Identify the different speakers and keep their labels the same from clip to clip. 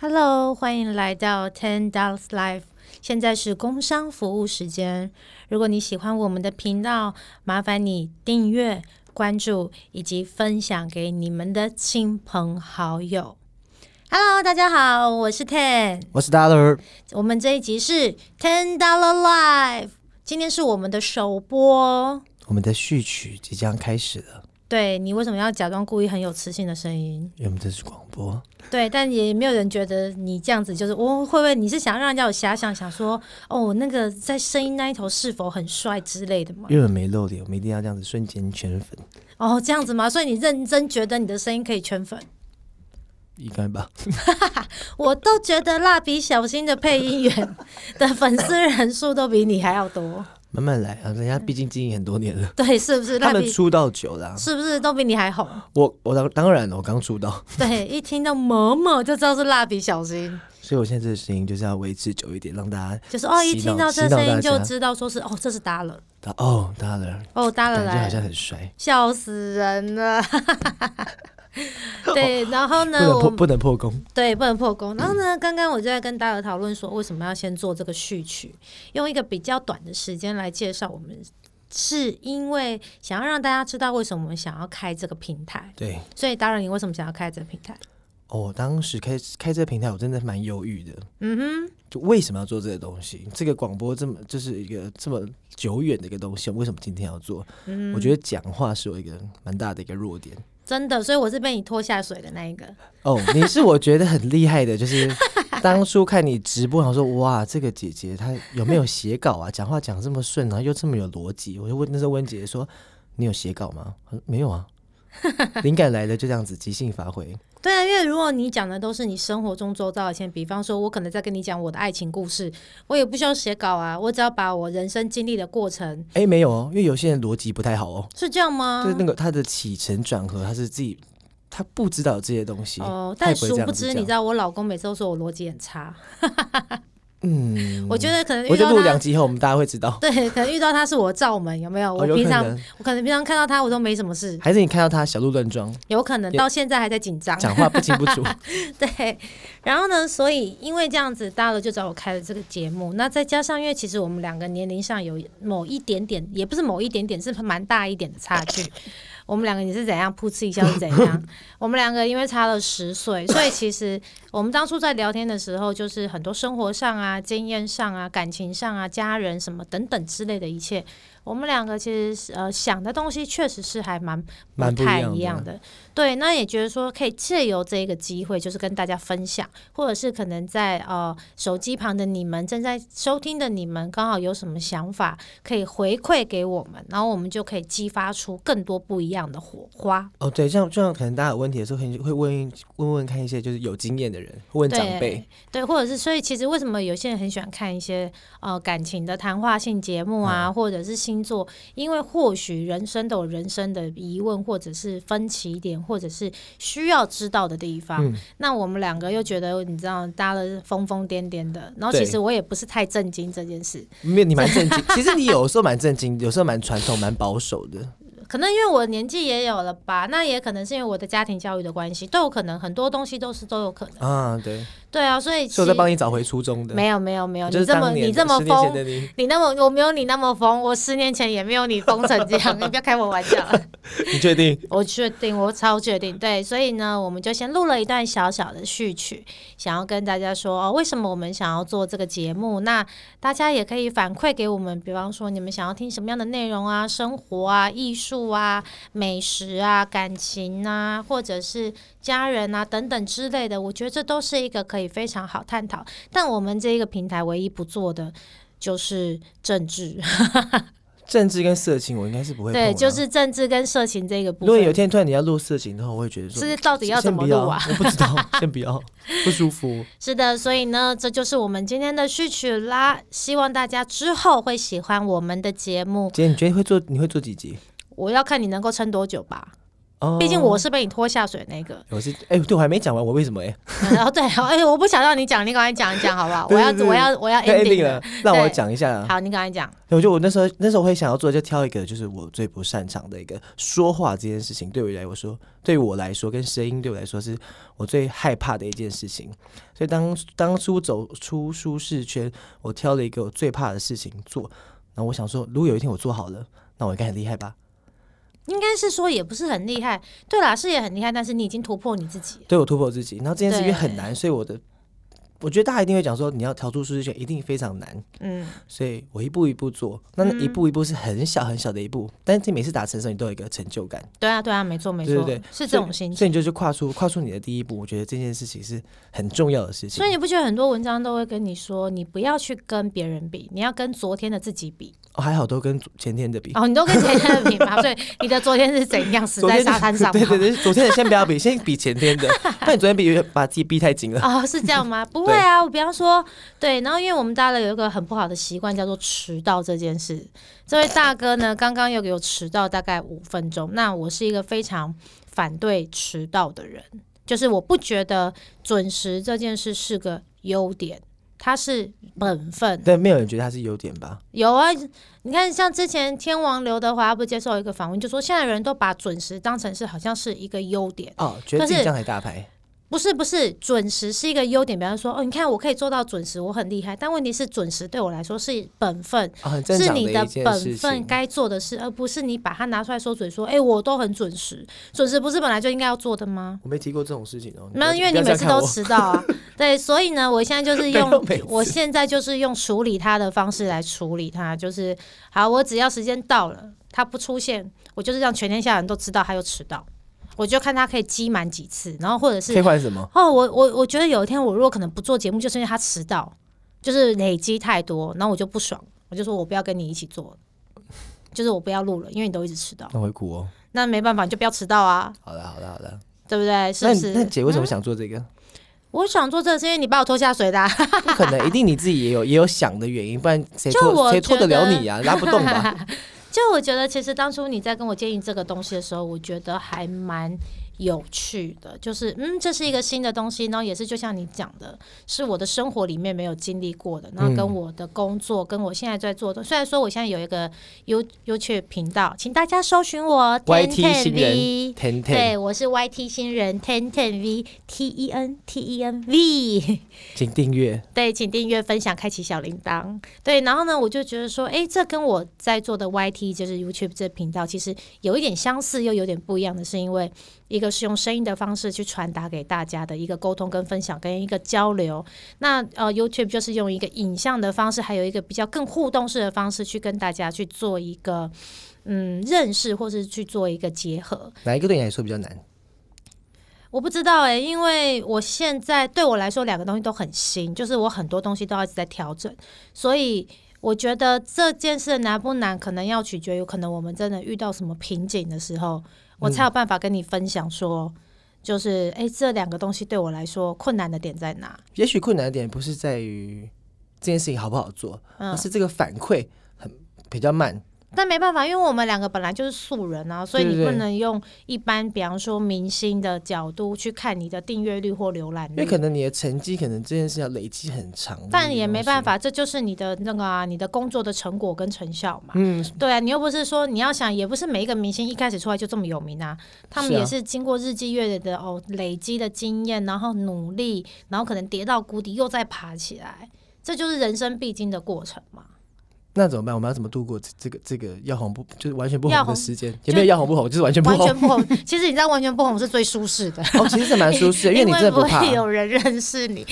Speaker 1: Hello，欢迎来到 Ten Dollars Life。现在是工商服务时间。如果你喜欢我们的频道，麻烦你订阅、关注以及分享给你们的亲朋好友。Hello，大家好，我是 Ten。
Speaker 2: 我是 Dollar，
Speaker 1: 我们这一集是 Ten Dollar Life，今天是我们的首播。
Speaker 2: 我们的序曲即将开始了，
Speaker 1: 对你为什么要假装故意很有磁性的声音？
Speaker 2: 因为我们这是广播，
Speaker 1: 对，但也没有人觉得你这样子就是我、哦、会不会你是想让人家有遐想，想说哦那个在声音那一头是否很帅之类的吗？
Speaker 2: 因为我们没露脸，我们一定要这样子瞬间圈粉，
Speaker 1: 哦，这样子吗？所以你认真觉得你的声音可以圈粉？
Speaker 2: 应该吧？
Speaker 1: 我都觉得蜡笔小新的配音员的粉丝人数都比你还要多，
Speaker 2: 慢慢来啊，人家毕竟经营很多年了，
Speaker 1: 对，是不是？蜡
Speaker 2: 他们
Speaker 1: 笔
Speaker 2: 出道久了啊、
Speaker 1: 是不是都比你还红？
Speaker 2: 我我当当然了，我刚出道，
Speaker 1: 对，一听到某某就知道是蜡笔小新，
Speaker 2: 所以我现在这个声音就是要维持久一点，让大家
Speaker 1: 就是哦，一
Speaker 2: 洗脑
Speaker 1: 听到这
Speaker 2: 洗脑
Speaker 1: 声音
Speaker 2: 大
Speaker 1: 就
Speaker 2: 家
Speaker 1: 知道说是哦，这是达了，
Speaker 2: 打哦 Dollar，
Speaker 1: 哦，达了
Speaker 2: 感觉
Speaker 1: 来
Speaker 2: 好
Speaker 1: 了。
Speaker 2: 像很帅，
Speaker 1: 笑死人 了。对，然后
Speaker 2: 不
Speaker 1: 呢，
Speaker 2: 能
Speaker 1: 我
Speaker 2: 破嗯不能破功，
Speaker 1: 对不能破功。然后呢，刚刚我就在跟大家讨论说，为什么要先做这个序曲，用一个比较短的时间来介绍我们，是因为想要让大家知道为什么我们想要开这个平台。
Speaker 2: 对。
Speaker 1: 所以，当然，你为什么想要开这个平台？
Speaker 2: 哦，我当时开开这个平台，我真的蛮犹豫的。
Speaker 1: 嗯哼，
Speaker 2: 就为什么要做这个东西？这个广播这么就是一个这么久远的一个东西，为什么今天要做？
Speaker 1: 嗯
Speaker 2: 我觉得讲话是我一个蛮大的一个弱点。
Speaker 1: 真的，所以我是被你拖下水的那一 个。
Speaker 2: 哦，你是我觉得很厉害的，就是当初看你直播，想说哇，这个姐姐她有没有写稿啊？讲话讲这么顺，然后又这么有逻辑。我就问那时候问姐姐说，你有写稿吗？她说没有啊， 灵感来了就这样子即兴发挥。
Speaker 1: 对啊，因为如果你讲的都是你生活中周遭的现，比方说，我可能在跟你讲我的爱情故事，我也不需要写稿啊，我只要把我人生经历的过程，
Speaker 2: 哎，没有哦，因为有些人逻辑不太好哦，
Speaker 1: 是这样吗？
Speaker 2: 就是那个他的起承转合，他是自己他不知道有这些东西。
Speaker 1: 哦，
Speaker 2: 他也
Speaker 1: 但
Speaker 2: 不会
Speaker 1: 殊
Speaker 2: 这样
Speaker 1: 不
Speaker 2: 子
Speaker 1: 知，
Speaker 2: 讲
Speaker 1: 你知道我老公每次都说我逻辑很差，
Speaker 2: 嗯，
Speaker 1: 我觉得可能
Speaker 2: 我
Speaker 1: 遇
Speaker 2: 觉得
Speaker 1: 到
Speaker 2: 录两
Speaker 1: 他，
Speaker 2: 集以后，我们大家会知 道。
Speaker 1: 对，可能遇到他是我罩门，有没有？
Speaker 2: 哦
Speaker 1: 我
Speaker 2: 有
Speaker 1: 平
Speaker 2: 可
Speaker 1: 常
Speaker 2: 能
Speaker 1: 我可能平常看到他我都没什么事，
Speaker 2: 还是你看到他小鹿乱 撞，
Speaker 1: 有可能
Speaker 2: 也
Speaker 1: 到现在还在紧张。
Speaker 2: 讲话不清不楚。
Speaker 1: 对，然后呢，所以因为这样子，大乐就找我开了这个节目。那再加上，因为其实我们两个年龄上有某一点点，也不是某一点点，是蛮大一点的差距。我们两个你是怎样噗嗤一笑是怎样？我们两个因为差了十岁，所以其实我们当初在聊天的时候，就是很多生活上啊、经验上啊、感情上啊、家人什么等等之类的一切，我们两个其实是呃想的东西确实是还蛮
Speaker 2: 蛮不一
Speaker 1: 太
Speaker 2: 样
Speaker 1: 一
Speaker 2: 的
Speaker 1: 样的。对，那也觉得说可以借由这个机会，就是跟大家分享，或者是可能在呃手机旁的你们正在收听的你们，刚好有什么想法可以回馈给我们，然后我们就可以激发出更多不一样的火花。
Speaker 2: 哦，对，这样这样可能大家有问题的时候，可能就会问问问看一些就是有经验的人，问长辈
Speaker 1: 对。对，或者是所以其实为什么有些人很喜欢看一些呃感情的谈话性节目啊，
Speaker 2: 嗯
Speaker 1: 或者是星座，因为或许人生都有人生的疑问，或者是分歧点，或者是需要知道的地方。
Speaker 2: 嗯
Speaker 1: 那我们两个又觉得你知道搭的疯疯癫癫的，然后
Speaker 2: 对
Speaker 1: 其实我也不是太震惊这件事，
Speaker 2: 没有，你蛮震惊。 其实你有时候蛮震惊，有时候蛮传统、蛮保守的。
Speaker 1: 可能因为我年纪也有了吧，那也可能是因为我的家庭教育的关系，都有可能，很多东西都是都有可能。
Speaker 2: 啊，对，
Speaker 1: 对啊，所以其
Speaker 2: 所以我在帮你找回初衷的。
Speaker 1: 没有没有没有，
Speaker 2: 就
Speaker 1: 你
Speaker 2: 是
Speaker 1: 这么
Speaker 2: 当年
Speaker 1: 你这么
Speaker 2: 十年前
Speaker 1: 疯
Speaker 2: 的，你，
Speaker 1: 你那么我没有你那么疯，我十年前也没有你疯成这样，你不要开我玩笑。
Speaker 2: 你确定？
Speaker 1: 我确定，我超确定。对，所以呢，我们就先录了一段小小的序曲，想要跟大家说哦，为什么我们想要做这个节目？那大家也可以反馈给我们，比方说你们想要听什么样的内容啊，生活啊、艺术啊、美食啊、感情啊，或者是家人啊等等之类的。我觉得这都是一个可以非常好探讨。但我们这一个平台唯一不做的。就是政治，
Speaker 2: 政治跟色情，我应该是不会碰啊。
Speaker 1: 对，就是政治跟色情这个部
Speaker 2: 如
Speaker 1: 分。
Speaker 2: 果有一天突然你要录色情的话，我会觉得说，
Speaker 1: 是到底要
Speaker 2: 先
Speaker 1: 怎么
Speaker 2: 不要
Speaker 1: 录啊？
Speaker 2: 我不知道，先不要，不舒服。
Speaker 1: 是的，所以呢，这就是我们今天的序曲啦。希望大家之后会喜欢我们的节目。
Speaker 2: 姐，你觉得会做？你会做几集？
Speaker 1: 我要看你能够撑多久吧。
Speaker 2: 哦，
Speaker 1: 毕竟我是被你拖下水那个。
Speaker 2: 我是哎、对我还没讲完，我为什么哎、
Speaker 1: 然后对，哎，我不想让你讲，你赶快讲一讲好不好？我
Speaker 2: 对
Speaker 1: 要
Speaker 2: 对
Speaker 1: 我要我要
Speaker 2: 要
Speaker 1: ending
Speaker 2: 了，让我
Speaker 1: 对
Speaker 2: 讲一下啊。
Speaker 1: 好，你赶快讲。
Speaker 2: 我觉得我那时候那时候会想要做，就挑一个就是我最不擅长的一个说话这件事情，对我来说，对我来说跟声音对我来说是我最害怕的一件事情。所以当当初走出舒适圈，我挑了一个我最怕的事情做，然后我想说，如果有一天我做好了，那我应该很厉害吧？
Speaker 1: 应该是说也不是很厉害，对啦，是也很厉害，但是你已经突破你自己了。
Speaker 2: 对我突破我自己，然后这件事情
Speaker 1: 对
Speaker 2: 很难，所以我的我觉得大家一定会讲说，你要跳出舒适圈一定非常难。
Speaker 1: 嗯，
Speaker 2: 所以我一步一步做，那那一步一步是很小很小的一步，但是你每次达成的时候，你都有一个成就感。
Speaker 1: 对啊，对啊，没错，没错，
Speaker 2: 对对对
Speaker 1: 是这种心
Speaker 2: 所
Speaker 1: 情。
Speaker 2: 以你就去跨出跨出你的第一步，我觉得这件事情是很重要的事情
Speaker 1: 所以。你不觉得很多文章都会跟你说，你不要去跟别人比，你要跟昨天的自己比。
Speaker 2: 哦、还好都跟前天的比，
Speaker 1: 哦，你都跟前天的比 嘛，所以你的昨天是怎样死
Speaker 2: 昨
Speaker 1: 在
Speaker 2: 天的
Speaker 1: 沙滩上
Speaker 2: 对
Speaker 1: 吗？
Speaker 2: 对对，昨天的先不要比，先比前天的。那你昨天比把自己逼太紧了，
Speaker 1: 哦，是这样吗？不会啊，我比方说，对，然后因为我们大家有一个很不好的习惯，叫做迟到这件事。这位大哥呢，刚刚又给我迟到大概五分钟。那我是一个非常反对迟到的人，就是我不觉得准时这件事是个优点，它是本分。
Speaker 2: 但没有人觉得它是优点吧？
Speaker 1: 有啊，你看像之前天王刘德华他不接受一个访问，就说现在人都把准时当成是好像是一个优点。
Speaker 2: 哦，觉得自己这样才大牌。
Speaker 1: 不是不是，准时是一个优点。比方说，哦，你看我可以做到准时，我很厉害。但问题是，准时对我来说是本分，
Speaker 2: 哦，很正
Speaker 1: 是
Speaker 2: 常
Speaker 1: 你
Speaker 2: 一件事
Speaker 1: 本分
Speaker 2: 情。
Speaker 1: 该做的事，而不是你把它拿出来说嘴说，哎、我都很准时。准时不是本来就应该要做的吗？
Speaker 2: 我没提过这种事情哦。
Speaker 1: 没有，
Speaker 2: 不要
Speaker 1: 因为你
Speaker 2: 不要
Speaker 1: 每
Speaker 2: 这
Speaker 1: 次
Speaker 2: 样看
Speaker 1: 都
Speaker 2: 我
Speaker 1: 迟到 啊。对，所以呢，我现在就是用
Speaker 2: 没有每次，
Speaker 1: 我现在就是用处理它的方式来处理它，就是好，我只要时间到了，它不出现，我就是让全天下人都知道它又迟到，我就看它可以积满几次，然后或者是
Speaker 2: 可以换什么？
Speaker 1: 哦，我我我觉得有一天我如果可能不做节目，就是因为他迟到，就是累积太多，然后我就不爽，我就说我不要跟你一起做了，就是我不要录了，因为你都一直迟到，
Speaker 2: 那我会哭哦。
Speaker 1: 那没办法，你就不要迟到啊，
Speaker 2: 好了好了好了，
Speaker 1: 对不对？是
Speaker 2: 那
Speaker 1: 不
Speaker 2: 你那
Speaker 1: 是？
Speaker 2: 姐为什么想做 这个？
Speaker 1: 我想做这个是因为你把我拖下水的啊、
Speaker 2: 不可能，一定你自己也有也有想的原因，不然谁
Speaker 1: 就我
Speaker 2: 拖谁
Speaker 1: 觉
Speaker 2: 拖得了
Speaker 1: 得
Speaker 2: 你 啊？拉不动吧？
Speaker 1: 就我觉得，其实当初你在跟我建议这个东西的时候，我觉得还蛮有趣的，就是嗯，这是一个新的东西，然后也是就像你讲的，是我的生活里面没有经历过的，然后
Speaker 2: 嗯
Speaker 1: 跟我的工作，跟我现在在做的，虽然说我现在有一个 You YouTube 频道，请大家搜寻我
Speaker 2: YT
Speaker 1: 1010
Speaker 2: 新人
Speaker 1: V
Speaker 2: 天天，
Speaker 1: 对，我是 YT 新人 Ten Ten V T E N T E N V。
Speaker 2: 请订阅。
Speaker 1: 对，请订阅、分享、开启小铃铛。对，然后呢，我就觉得说，诶，这跟我在做的 YT 就是 YouTube 这频道，其实有一点相似，又有点不一样的是，因为一个是用声音的方式去传达给大家的一个沟通、跟分享、跟一个交流。那呃，YouTube 就是用一个影像的方式，还有一个比较更互动式的方式，去跟大家去做一个嗯认识，或是去做一个结合。
Speaker 2: 哪一个对你来说比较难？
Speaker 1: 我不知道哎、因为我现在对我来说两个东西都很新，就是我很多东西都要一直在调整，所以我觉得这件事难不难，可能要取决于可能我们真的遇到什么瓶颈的时候，我才有办法跟你分享说，就是哎、这两个东西对我来说困难的点在哪？
Speaker 2: 也许困难的点不是在于这件事情好不好做，
Speaker 1: 嗯
Speaker 2: 而是这个反馈很比较慢。
Speaker 1: 但没办法，因为我们两个本来就是素人啊，所以
Speaker 2: 对
Speaker 1: 你
Speaker 2: 对
Speaker 1: 不
Speaker 2: 对
Speaker 1: 能用一般，比方说明星的角度去看你的订阅率或浏览
Speaker 2: 因为
Speaker 1: 率。
Speaker 2: 可能你的成绩，可能这件事要累积很长，
Speaker 1: 但也没
Speaker 2: 嗯
Speaker 1: 办。法，这就是你的那个啊，你的工作的成果跟成效嘛。
Speaker 2: 嗯，
Speaker 1: 对啊，你又不是说你要想，也不是每一个明星一开始出来就这么有名啊，他们
Speaker 2: 是啊
Speaker 1: 也是经过日积月累的哦累积的经验，然后努力，然后可能跌到谷底又再爬起来，这就是人生必经的过程嘛。
Speaker 2: 那怎么办？我们要怎么度过这这个这个要红不就是完全不
Speaker 1: 要
Speaker 2: 红
Speaker 1: 红
Speaker 2: 的时间？也没有要红不红，就是完全不
Speaker 1: 完
Speaker 2: 红
Speaker 1: 全。不红，其实你知道，完全不红是最舒适 的，
Speaker 2: 哦，其实是蛮 舒适的，因为
Speaker 1: 因
Speaker 2: 你真
Speaker 1: 为
Speaker 2: 的
Speaker 1: 不
Speaker 2: 怕嗯
Speaker 1: 会。有人认识你，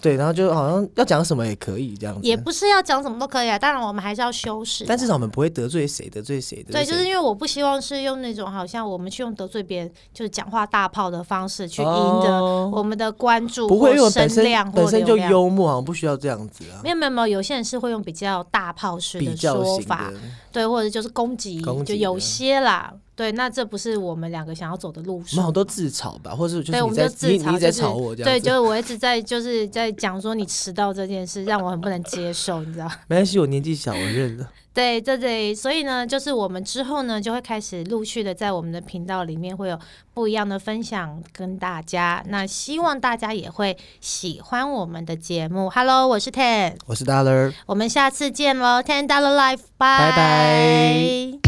Speaker 2: 对，然后就好像要讲什么也可以这样
Speaker 1: 也
Speaker 2: 子，
Speaker 1: 不是要讲什么都可以啊。当然，我们还是要修饰啊，
Speaker 2: 但至少我们不会得罪谁，得罪谁，得
Speaker 1: 对，
Speaker 2: 罪
Speaker 1: 就是
Speaker 2: 谁。
Speaker 1: 因为我不希望是用那种好像我们去用得罪别人，就是讲话大炮的方式去赢得
Speaker 2: 哦
Speaker 1: 我们的关注
Speaker 2: 不会，因为
Speaker 1: 或
Speaker 2: 我本
Speaker 1: 声
Speaker 2: 身
Speaker 1: 量或
Speaker 2: 本身
Speaker 1: 流
Speaker 2: 就
Speaker 1: 量。
Speaker 2: 幽默，好像不需要这样子啊
Speaker 1: 没，有没有没有，有些人是会用比较大炮式
Speaker 2: 比
Speaker 1: 的
Speaker 2: 较
Speaker 1: 说
Speaker 2: 型
Speaker 1: 法，
Speaker 2: 的。
Speaker 1: 对，或者就是攻击，
Speaker 2: 攻
Speaker 1: 就
Speaker 2: 击
Speaker 1: 有
Speaker 2: 的
Speaker 1: 些啦。对，那这不是我们两个想要走的路
Speaker 2: 我们好
Speaker 1: 数。
Speaker 2: 多自嘲吧，或是就
Speaker 1: 对，
Speaker 2: 是
Speaker 1: 我
Speaker 2: 你
Speaker 1: 们
Speaker 2: 在
Speaker 1: 就自
Speaker 2: 你
Speaker 1: 嘲，
Speaker 2: 你一直在
Speaker 1: 就是
Speaker 2: 吵我这样
Speaker 1: 对，
Speaker 2: 子，
Speaker 1: 就是我一直在就是在讲说你迟到这件事，让我很不能接受，你知道。
Speaker 2: 没关系，我年纪小，我认了。
Speaker 1: 对，这里，所以呢，就是我们之后呢，就会开始陆续的在我们的频道里面会有不一样的分享跟大家。那希望大家也会喜欢我们的节目。Hello，我是 Ten，
Speaker 2: 我是大乐儿。
Speaker 1: 我们下次见喽，Ten Dollar Life，拜
Speaker 2: 拜拜